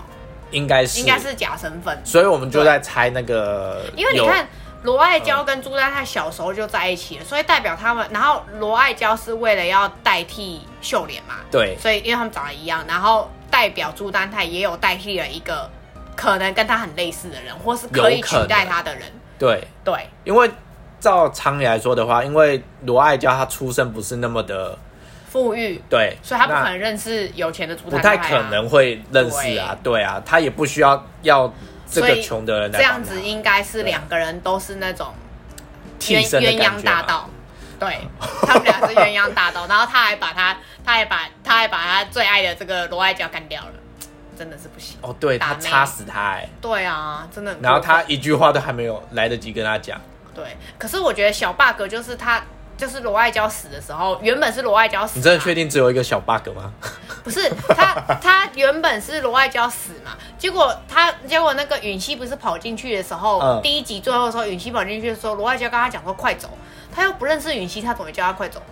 [SPEAKER 1] 应该是
[SPEAKER 2] 应该，是假身份。
[SPEAKER 1] 所以我们就在猜那个，
[SPEAKER 2] 因为你
[SPEAKER 1] 有
[SPEAKER 2] 看罗爱娇跟朱丹泰小时候就在一起了，所以代表他们，然后罗爱娇是为了要代替秀莲嘛，
[SPEAKER 1] 对
[SPEAKER 2] 所以因为他们长得一样，然后代表朱丹泰也有代替了一个可能跟他很类似的人，或是可以
[SPEAKER 1] 有
[SPEAKER 2] 取
[SPEAKER 1] 可能
[SPEAKER 2] 代他的人。
[SPEAKER 1] 对，
[SPEAKER 2] 对，
[SPEAKER 1] 因为照常理来说的话，因为罗爱娇她出身不是那么的
[SPEAKER 2] 富裕，
[SPEAKER 1] 对，
[SPEAKER 2] 所以他不
[SPEAKER 1] 那
[SPEAKER 2] 可能认识有钱的朱
[SPEAKER 1] 不
[SPEAKER 2] 丹
[SPEAKER 1] 太
[SPEAKER 2] 泰、啊，
[SPEAKER 1] 可能会认识啊，对啊，她也不需要要这
[SPEAKER 2] 所
[SPEAKER 1] 个
[SPEAKER 2] 以
[SPEAKER 1] 穷的人来
[SPEAKER 2] 这样
[SPEAKER 1] 帮她
[SPEAKER 2] 子，应该是两个人都是那种
[SPEAKER 1] 替
[SPEAKER 2] 鸳
[SPEAKER 1] 身的
[SPEAKER 2] 鸳
[SPEAKER 1] 感
[SPEAKER 2] 鸯
[SPEAKER 1] 觉
[SPEAKER 2] 大
[SPEAKER 1] 嘛，
[SPEAKER 2] 盗。对他们俩是鸳 鸯大盗，然后他还把他，他还把他还把他最爱的这个罗爱娇干掉了，真的是不行。
[SPEAKER 1] 哦，对
[SPEAKER 2] 打
[SPEAKER 1] 他
[SPEAKER 2] 妹
[SPEAKER 1] 插死他哎、
[SPEAKER 2] 对啊，真的很过分。
[SPEAKER 1] 然后他一句话都还没有来得及跟他讲，
[SPEAKER 2] 对，可是我觉得小 bug 就是他。就是罗外娇死的时候，原本是罗外娇死嘛，
[SPEAKER 1] 你真的确定只有一个小 bug 吗？
[SPEAKER 2] 不是他，他原本是罗外娇死嘛，结果他结果那个允熙不是跑进去的时候，
[SPEAKER 1] 嗯
[SPEAKER 2] 第一集最后的时候，允熙跑进去的时候，罗外娇跟他讲说快走，他又不认识允熙，他怎么叫他快走？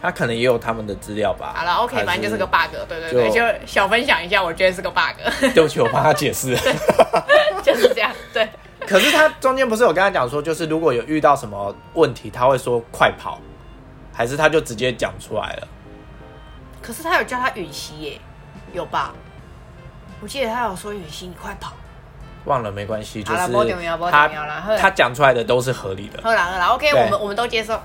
[SPEAKER 1] 他可能也有他们的资料吧。
[SPEAKER 2] 好了，OK，
[SPEAKER 1] 还
[SPEAKER 2] 反正就是个 bug，对对对，
[SPEAKER 1] 就
[SPEAKER 2] 就小分享一下，我觉得是个 bug，
[SPEAKER 1] 对不起，我帮他解释。
[SPEAKER 2] 就是这样， 对
[SPEAKER 1] 可是他中间不是有跟他讲说，就是如果有遇到什么问题，他会说快跑，还是他就直接讲出来了？
[SPEAKER 2] 可是他有叫他允熙耶，有吧？我记得他有说允熙，你快跑。
[SPEAKER 1] 忘了没关系，就
[SPEAKER 2] 好啦
[SPEAKER 1] 是
[SPEAKER 2] 不重要不
[SPEAKER 1] 他
[SPEAKER 2] 重要啦后来
[SPEAKER 1] 他讲出来的都是合理的。
[SPEAKER 2] 喝啦喝啦，OK，
[SPEAKER 1] 对
[SPEAKER 2] 我们我们都 接受，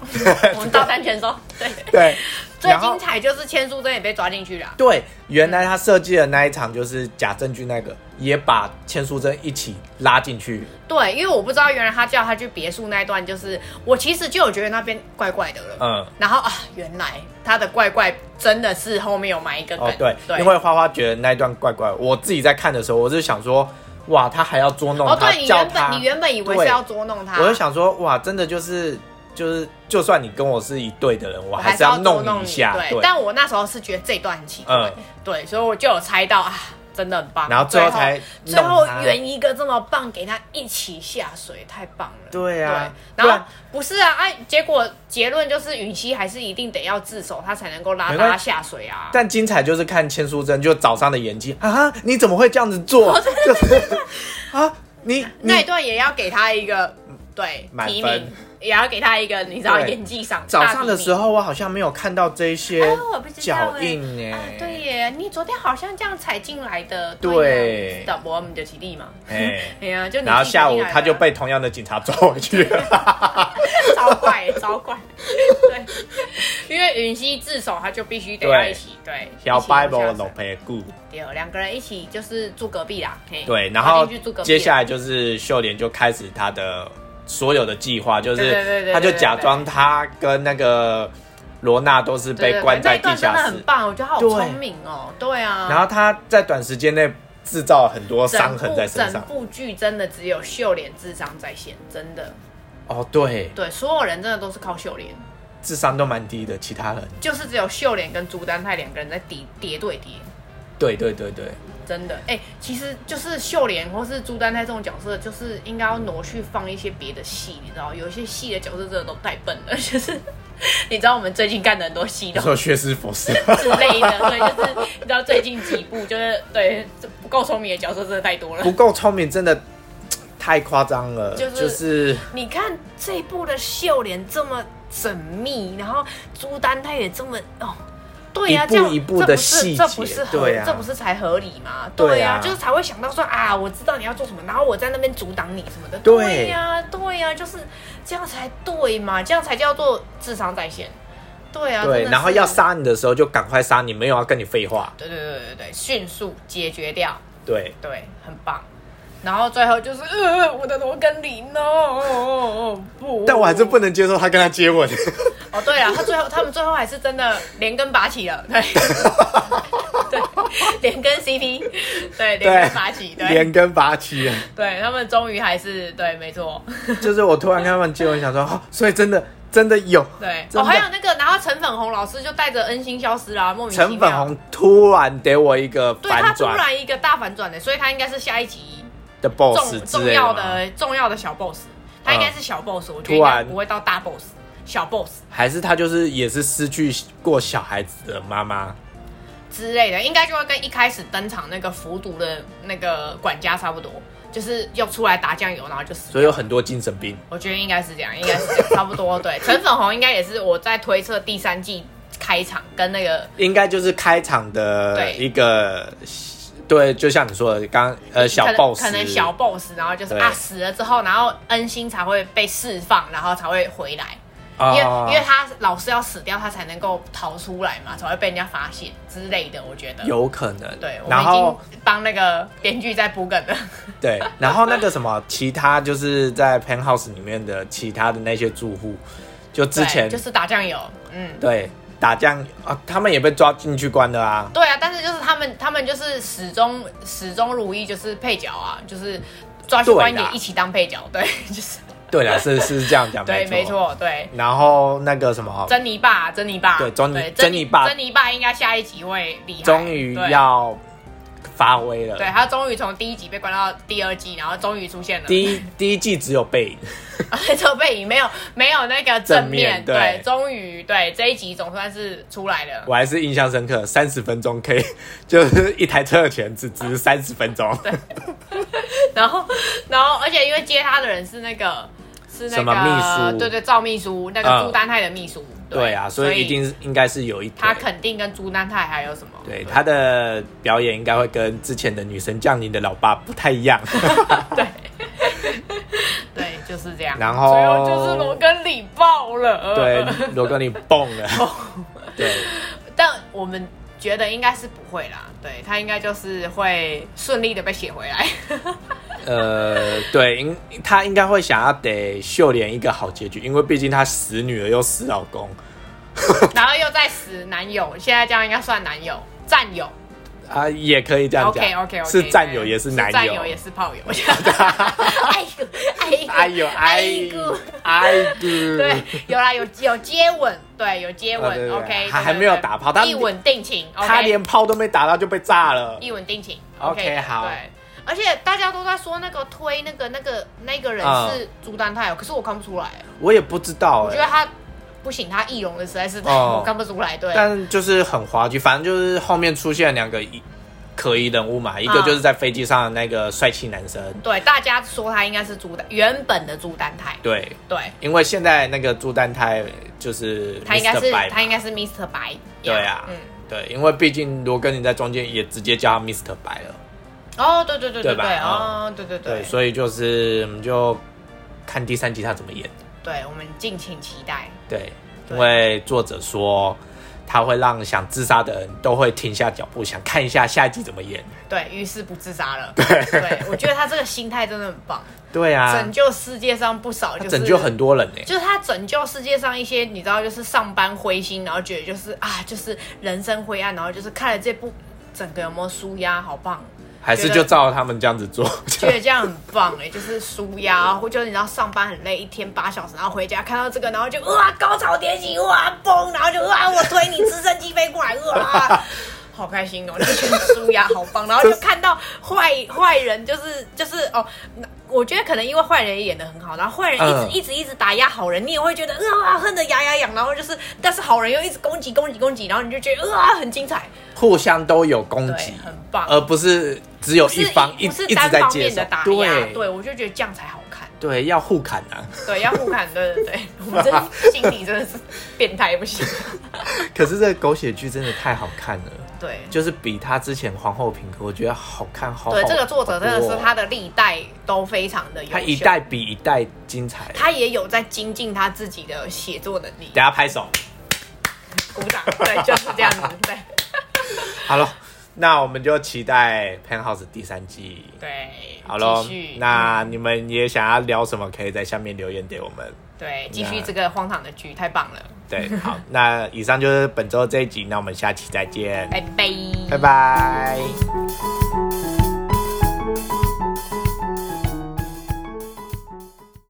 [SPEAKER 2] 我们照单全收。对，
[SPEAKER 1] 对，
[SPEAKER 2] 最
[SPEAKER 1] 然后
[SPEAKER 2] 精彩就是千书真也被抓进去了。啊
[SPEAKER 1] 对，原来他设计的那一场就是假证据那个，也把千淑珍一起拉进去。
[SPEAKER 2] 对，因为我不知道原来他叫他去别墅那一段，就是我其实就有觉得那边怪怪的了。
[SPEAKER 1] 嗯，
[SPEAKER 2] 然后啊，原来他的怪怪真的是后面有埋一个梗。
[SPEAKER 1] 哦对，因为花花觉得那一段怪怪，我自己在看的时候，我是想说，哇，他还要捉弄
[SPEAKER 2] 哦，
[SPEAKER 1] 他，
[SPEAKER 2] 对你
[SPEAKER 1] 叫
[SPEAKER 2] 原
[SPEAKER 1] 他
[SPEAKER 2] 本，你原本以为是
[SPEAKER 1] 对
[SPEAKER 2] 要捉弄他，
[SPEAKER 1] 我就想说，哇，真的就是就是，就算你跟我是一队的人，我
[SPEAKER 2] 我
[SPEAKER 1] 还
[SPEAKER 2] 哦还
[SPEAKER 1] 是
[SPEAKER 2] 是要捉
[SPEAKER 1] 弄
[SPEAKER 2] 弄
[SPEAKER 1] 一
[SPEAKER 2] 你
[SPEAKER 1] 下，
[SPEAKER 2] 对，但我那时候是觉得这一段很奇怪，
[SPEAKER 1] 嗯
[SPEAKER 2] 对，所以我就有猜到啊，真的很棒。
[SPEAKER 1] 然后最
[SPEAKER 2] 最
[SPEAKER 1] 后才
[SPEAKER 2] 最后
[SPEAKER 1] 弄他
[SPEAKER 2] 圆一个这么棒，给他一起下水，太棒了。
[SPEAKER 1] 对啊
[SPEAKER 2] 对
[SPEAKER 1] 不
[SPEAKER 2] 然
[SPEAKER 1] 然
[SPEAKER 2] 后不是啊，哎、结果结论就是允熙还是一定得要自首，他才能够拉
[SPEAKER 1] 没
[SPEAKER 2] 大
[SPEAKER 1] 关
[SPEAKER 2] 家下水啊。
[SPEAKER 1] 但精彩就是看千淑珍就早上的演技啊，你怎么会这样子
[SPEAKER 2] 哦
[SPEAKER 1] 做？就是啊，你
[SPEAKER 2] 那一
[SPEAKER 1] 你
[SPEAKER 2] 段也要给他一个对
[SPEAKER 1] 满
[SPEAKER 2] 提
[SPEAKER 1] 分
[SPEAKER 2] 名，也要给他一个你知道
[SPEAKER 1] 对
[SPEAKER 2] 演技赏。
[SPEAKER 1] 早上的
[SPEAKER 2] 大提名
[SPEAKER 1] 时。候我好像没有看到这些
[SPEAKER 2] 啊我不知道
[SPEAKER 1] 脚
[SPEAKER 2] 欸
[SPEAKER 1] 印呢、
[SPEAKER 2] 啊，对耶，你昨天好像这样踩进来的，
[SPEAKER 1] 对
[SPEAKER 2] 呀，我们就起立嘛。
[SPEAKER 1] 哎
[SPEAKER 2] 哎呀，就你
[SPEAKER 1] 然后
[SPEAKER 2] 自己
[SPEAKER 1] 下
[SPEAKER 2] 进
[SPEAKER 1] 午
[SPEAKER 2] 来
[SPEAKER 1] 他就
[SPEAKER 2] 了
[SPEAKER 1] 被同样的警察抓回去 了。
[SPEAKER 2] 超怪， 超怪。对，因为云溪自首，他就必须得要一起对，
[SPEAKER 1] 小白
[SPEAKER 2] 一起
[SPEAKER 1] 波
[SPEAKER 2] 往下
[SPEAKER 1] 龙
[SPEAKER 2] 走
[SPEAKER 1] 陪顾，
[SPEAKER 2] 对，两个人一起就是住隔壁啦。嘿
[SPEAKER 1] 对，然
[SPEAKER 2] 跑
[SPEAKER 1] 后
[SPEAKER 2] 进去住隔壁
[SPEAKER 1] 接下
[SPEAKER 2] 来
[SPEAKER 1] 来就是秀莲就开始她的所有的计划，就
[SPEAKER 2] 对对对对
[SPEAKER 1] 是
[SPEAKER 2] 对
[SPEAKER 1] 她就假装她跟那个罗娜都是被关在地
[SPEAKER 2] 真的
[SPEAKER 1] 下
[SPEAKER 2] 很
[SPEAKER 1] 室，
[SPEAKER 2] 棒，我觉得好
[SPEAKER 1] 对
[SPEAKER 2] 聪明哦。对啊，
[SPEAKER 1] 然后她在短时间内制造了很多伤痕在身
[SPEAKER 2] 整
[SPEAKER 1] 上。
[SPEAKER 2] 部整部剧真的只有秀莲智商在线，真的。
[SPEAKER 1] 哦，对，
[SPEAKER 2] 对，所有人真的都是靠秀莲，
[SPEAKER 1] 智商都蛮低的，其他人。
[SPEAKER 2] 就是只有秀莲跟朱丹泰两个人在叠叠对叠。
[SPEAKER 1] 对对对对，
[SPEAKER 2] 真的，哎、其实就是秀莲或是朱丹泰这种角色，就是应该要挪去放一些别的戏，你知道，有一些戏的角色真的都太笨了， 就是你知道我们最近干的很多戏
[SPEAKER 1] 你
[SPEAKER 2] 都
[SPEAKER 1] 说薛师佛 是
[SPEAKER 2] 之类的，对，就是你知道最近几部就是对这不够聪明的角色真的太多了
[SPEAKER 1] 不。够聪明，真的太夸张了，
[SPEAKER 2] 就是
[SPEAKER 1] 就是
[SPEAKER 2] 你看这一部的秀莲这么缜密，然后朱丹泰也这么哦。对呀、
[SPEAKER 1] 一步
[SPEAKER 2] 这样
[SPEAKER 1] 一步的
[SPEAKER 2] 这不
[SPEAKER 1] 细
[SPEAKER 2] 是
[SPEAKER 1] 节
[SPEAKER 2] 这不是合
[SPEAKER 1] 对啊
[SPEAKER 2] 这不是才合理吗？
[SPEAKER 1] 对
[SPEAKER 2] 对
[SPEAKER 1] 啊
[SPEAKER 2] 呀、就是才会想到说啊，我知道你要做什么，然后我在那边阻挡你什么的。
[SPEAKER 1] 对
[SPEAKER 2] 对呀、对呀、就是这样才对嘛，这样才叫做智商在线。对啊，真
[SPEAKER 1] 对，
[SPEAKER 2] 的
[SPEAKER 1] 然后
[SPEAKER 2] 是
[SPEAKER 1] 要杀你的时候就赶快杀你，没有要跟你废话。
[SPEAKER 2] 对对对对对，迅速解决掉，
[SPEAKER 1] 对，
[SPEAKER 2] 对，很棒。然后最后就是，呃，我的罗根林哦，不，
[SPEAKER 1] 但我还是不能接受他跟他接吻。
[SPEAKER 2] 哦，对了，他最后他们最后还是真的连根拔 起了，对，对，连根 CP，对，连根拔起，对，
[SPEAKER 1] 连根拔起。
[SPEAKER 2] 对他们终于还是对，没错，
[SPEAKER 1] 就是我突然看他们接吻，想说，哦，所以真的真的有
[SPEAKER 2] 对。
[SPEAKER 1] 真的
[SPEAKER 2] 哦，还有那个，然后陈粉红老师就带着恩星消失啊啦，莫名其
[SPEAKER 1] 陈
[SPEAKER 2] 妙。
[SPEAKER 1] 粉，红突然给我一个
[SPEAKER 2] 对他
[SPEAKER 1] 反
[SPEAKER 2] 突
[SPEAKER 1] 转
[SPEAKER 2] 然一个大反转的，欸所以他应该是下一集
[SPEAKER 1] 的
[SPEAKER 2] 重
[SPEAKER 1] boss 之
[SPEAKER 2] 重
[SPEAKER 1] 类
[SPEAKER 2] 要
[SPEAKER 1] 吗，嗯
[SPEAKER 2] 的重要的小 boss，他应该是小 boss，、我觉得
[SPEAKER 1] 突
[SPEAKER 2] 应该
[SPEAKER 1] 然
[SPEAKER 2] 不会到大 boss，小 boss
[SPEAKER 1] 还是他就是也是失去过小孩子的妈妈？
[SPEAKER 2] 之类的，应该就会跟一开始登场那个服毒的那个管家差不多，就是又出来打酱油，然后就死。
[SPEAKER 1] 所以有很多精神病。
[SPEAKER 2] 我觉得应该是这样，应该是这样，差不多。对，陈粉红应该也是我在推测第三季开场跟那个
[SPEAKER 1] 应该就是开场的
[SPEAKER 2] 对
[SPEAKER 1] 一个，对，就像你说的，刚呃小
[SPEAKER 2] 可能
[SPEAKER 1] boss，
[SPEAKER 2] 可能小 boss，然后就是
[SPEAKER 1] 对
[SPEAKER 2] 啊死了之后，然后恩星才会被释放，然后才会回来，因
[SPEAKER 1] 啊
[SPEAKER 2] 为、因为他老是要死掉，他才能够逃出来嘛，才会被人家发现之类的。我觉得，
[SPEAKER 1] 有可能，
[SPEAKER 2] 对，我
[SPEAKER 1] 然
[SPEAKER 2] 们已
[SPEAKER 1] 后
[SPEAKER 2] 经帮那个编剧在补梗了。
[SPEAKER 1] 对，然后那个什么，其他就是在 penthouse 里面的其他的那些住户，就之前
[SPEAKER 2] 对就是打酱油，嗯，
[SPEAKER 1] 对，打酱啊，他们也被抓进去关了啊。
[SPEAKER 2] 对啊，但是就是他们，他们就是始终始终如一，就是配角啊，就是抓去关也一起当配角，对， 就是
[SPEAKER 1] 对了，是是这样讲，
[SPEAKER 2] 对，没。错，对。
[SPEAKER 1] 然后那个什么，
[SPEAKER 2] 珍妮爸，珍妮爸，
[SPEAKER 1] 对珍妮
[SPEAKER 2] 珍
[SPEAKER 1] 珍妮爸
[SPEAKER 2] 珍妮爸应该下一集会厉害，
[SPEAKER 1] 终于
[SPEAKER 2] 对
[SPEAKER 1] 要发威了。
[SPEAKER 2] 对他终于从第一集被关到第二季，然后终于出现了，
[SPEAKER 1] 第一第一季只有背影，
[SPEAKER 2] 这个背影没有没有那个正面，
[SPEAKER 1] 正面对
[SPEAKER 2] 对，终于对这一集总算是出来了。
[SPEAKER 1] 我还是印象深刻，三十分钟可以， 就是一台车的钱只值三十分钟，
[SPEAKER 2] 然后，然后，而且因为接他的人是那个是那个
[SPEAKER 1] 什么秘书
[SPEAKER 2] 对对，赵秘书，那个
[SPEAKER 1] 嗯
[SPEAKER 2] 朱丹泰的秘书。
[SPEAKER 1] 对啊，所以一定是应该是有一腿
[SPEAKER 2] 他肯定跟朱丹泰还有什么？
[SPEAKER 1] 对他的表演应该会跟之前的女神降临的老爸不太一样，
[SPEAKER 2] 对，就是这样。
[SPEAKER 1] 然后
[SPEAKER 2] 最后就是罗根礼爆了。
[SPEAKER 1] 对，罗哥你蹦了，对，
[SPEAKER 2] 但我们觉得应该是不会啦。对他应该就是会顺利的被写 回来。
[SPEAKER 1] 呃，对，应他应该会想要得秀莲一个好结局，因为毕竟他死女儿又死老公，
[SPEAKER 2] 然后又再死男友，现在这样应该算男友、战友。
[SPEAKER 1] 啊，也可以这样讲
[SPEAKER 2] OK OK OK，
[SPEAKER 1] 是战友也是男
[SPEAKER 2] 战
[SPEAKER 1] 友
[SPEAKER 2] 友，也是炮友。 哎呦
[SPEAKER 1] 哎呦哎
[SPEAKER 2] 呦，
[SPEAKER 1] 哎呦，
[SPEAKER 2] 对，有啦，有有接吻，对，有接吻
[SPEAKER 1] 啊对对对
[SPEAKER 2] ，OK，
[SPEAKER 1] 还
[SPEAKER 2] 对
[SPEAKER 1] 还没有打炮
[SPEAKER 2] 对
[SPEAKER 1] 他
[SPEAKER 2] 一吻定情，OK，
[SPEAKER 1] 他连炮都没打到就被炸了，
[SPEAKER 2] 一吻定情
[SPEAKER 1] OK，
[SPEAKER 2] 的
[SPEAKER 1] 好
[SPEAKER 2] 对，而且大家都在说那个推那个那个那个人
[SPEAKER 1] 嗯
[SPEAKER 2] 是朱丹泰哦，可是我看不出来，
[SPEAKER 1] 我也不知道
[SPEAKER 2] 我觉
[SPEAKER 1] 哎、
[SPEAKER 2] 得他不行，他易容的实在是
[SPEAKER 1] 哦
[SPEAKER 2] 我看不出来，对，
[SPEAKER 1] 但就是很滑稽，反正就是后面出现两个一可疑人物嘛，一个
[SPEAKER 2] 嗯
[SPEAKER 1] 就是在飞机上的那个帅气男生，
[SPEAKER 2] 对，大家说他应该是朱丹原本的朱丹泰，
[SPEAKER 1] 对，
[SPEAKER 2] 对，
[SPEAKER 1] 因为现在那个朱丹泰就是
[SPEAKER 2] 他应该是
[SPEAKER 1] Mr. 白嘛
[SPEAKER 2] 他应该是 Mr 白，
[SPEAKER 1] 对啊
[SPEAKER 2] 嗯，
[SPEAKER 1] 对，因为毕竟罗根你在中间也直接叫他 Mr 白了，
[SPEAKER 2] 哦，对对对
[SPEAKER 1] 对吧
[SPEAKER 2] 对，
[SPEAKER 1] 嗯
[SPEAKER 2] 哦，对对
[SPEAKER 1] 对，
[SPEAKER 2] 对，
[SPEAKER 1] 所以就是我们就看第三集他怎么演，
[SPEAKER 2] 对，我们敬请期待。
[SPEAKER 1] 对，因
[SPEAKER 2] 对
[SPEAKER 1] 为作者说。他会让想自杀的人都会停下脚步，想看一下下一集怎么演。
[SPEAKER 2] 对于是不自杀了。对，我觉得他这个心态真的很棒，
[SPEAKER 1] 对 啊，
[SPEAKER 2] 拯救世界上不少，
[SPEAKER 1] 他
[SPEAKER 2] 就是
[SPEAKER 1] 拯救很多人呢、欸
[SPEAKER 2] 就是他拯救世界上一些你知道，就是上班灰心，然后觉得就是啊，就是人生灰暗，然后就是看了这部整个有没有舒压，好棒，
[SPEAKER 1] 还是就照他们这样子做。
[SPEAKER 2] 觉得这样很棒哎、就是舒压，或就是你知道上班很累，一天八小时，然后回家看到这个，然后就哇高潮迭起，哇崩，然后就哇我推你直升机飞过来，哇。好开心哦，就觉得舒压好棒，然后就看到坏坏人就是就是哦，那我觉得可能因为坏人也演的很好，然后坏人一直、
[SPEAKER 1] 嗯
[SPEAKER 2] 一直一直打压好人，你也会觉得啊、恨得牙痒痒，然后就是但是好人又一直攻击攻击攻击，然后你就觉得啊、很精彩，
[SPEAKER 1] 互相都有攻
[SPEAKER 2] 对
[SPEAKER 1] 击，，
[SPEAKER 2] 很棒。
[SPEAKER 1] 而不是只有
[SPEAKER 2] 不是
[SPEAKER 1] 一方一
[SPEAKER 2] 不是
[SPEAKER 1] 一直
[SPEAKER 2] 单
[SPEAKER 1] 在
[SPEAKER 2] 方
[SPEAKER 1] 接
[SPEAKER 2] 面
[SPEAKER 1] 受
[SPEAKER 2] 的打压，。
[SPEAKER 1] 对
[SPEAKER 2] 对我就觉得这样才好看，
[SPEAKER 1] 对要互砍啊！
[SPEAKER 2] 对，要互看，对对对，我们真的心里真的是变态 不行，
[SPEAKER 1] 可是这个狗血剧真的太好看了，
[SPEAKER 2] 对
[SPEAKER 1] 就是比他之前《皇后品格》，我觉得好看好好。
[SPEAKER 2] 对，这个作者真的
[SPEAKER 1] 好
[SPEAKER 2] 是
[SPEAKER 1] 多
[SPEAKER 2] 他
[SPEAKER 1] 哦，
[SPEAKER 2] 的历代都非常的优秀，
[SPEAKER 1] 他一代比一代精彩。
[SPEAKER 2] 他也有在精进他自己的写作能力，
[SPEAKER 1] 等下拍手。
[SPEAKER 2] 鼓掌，对，就是这样子， 对
[SPEAKER 1] 好了，那我们就期待《Penthouse》第三季。
[SPEAKER 2] 对，
[SPEAKER 1] 好喽
[SPEAKER 2] 继续，
[SPEAKER 1] 那你们也想要聊什么，可以在下面留言给我们。
[SPEAKER 2] 对继续这个荒唐的剧，太棒了，
[SPEAKER 1] 对，好，那 以上就是本周这一集，那我们下期再见，
[SPEAKER 2] 拜拜，
[SPEAKER 1] 拜拜。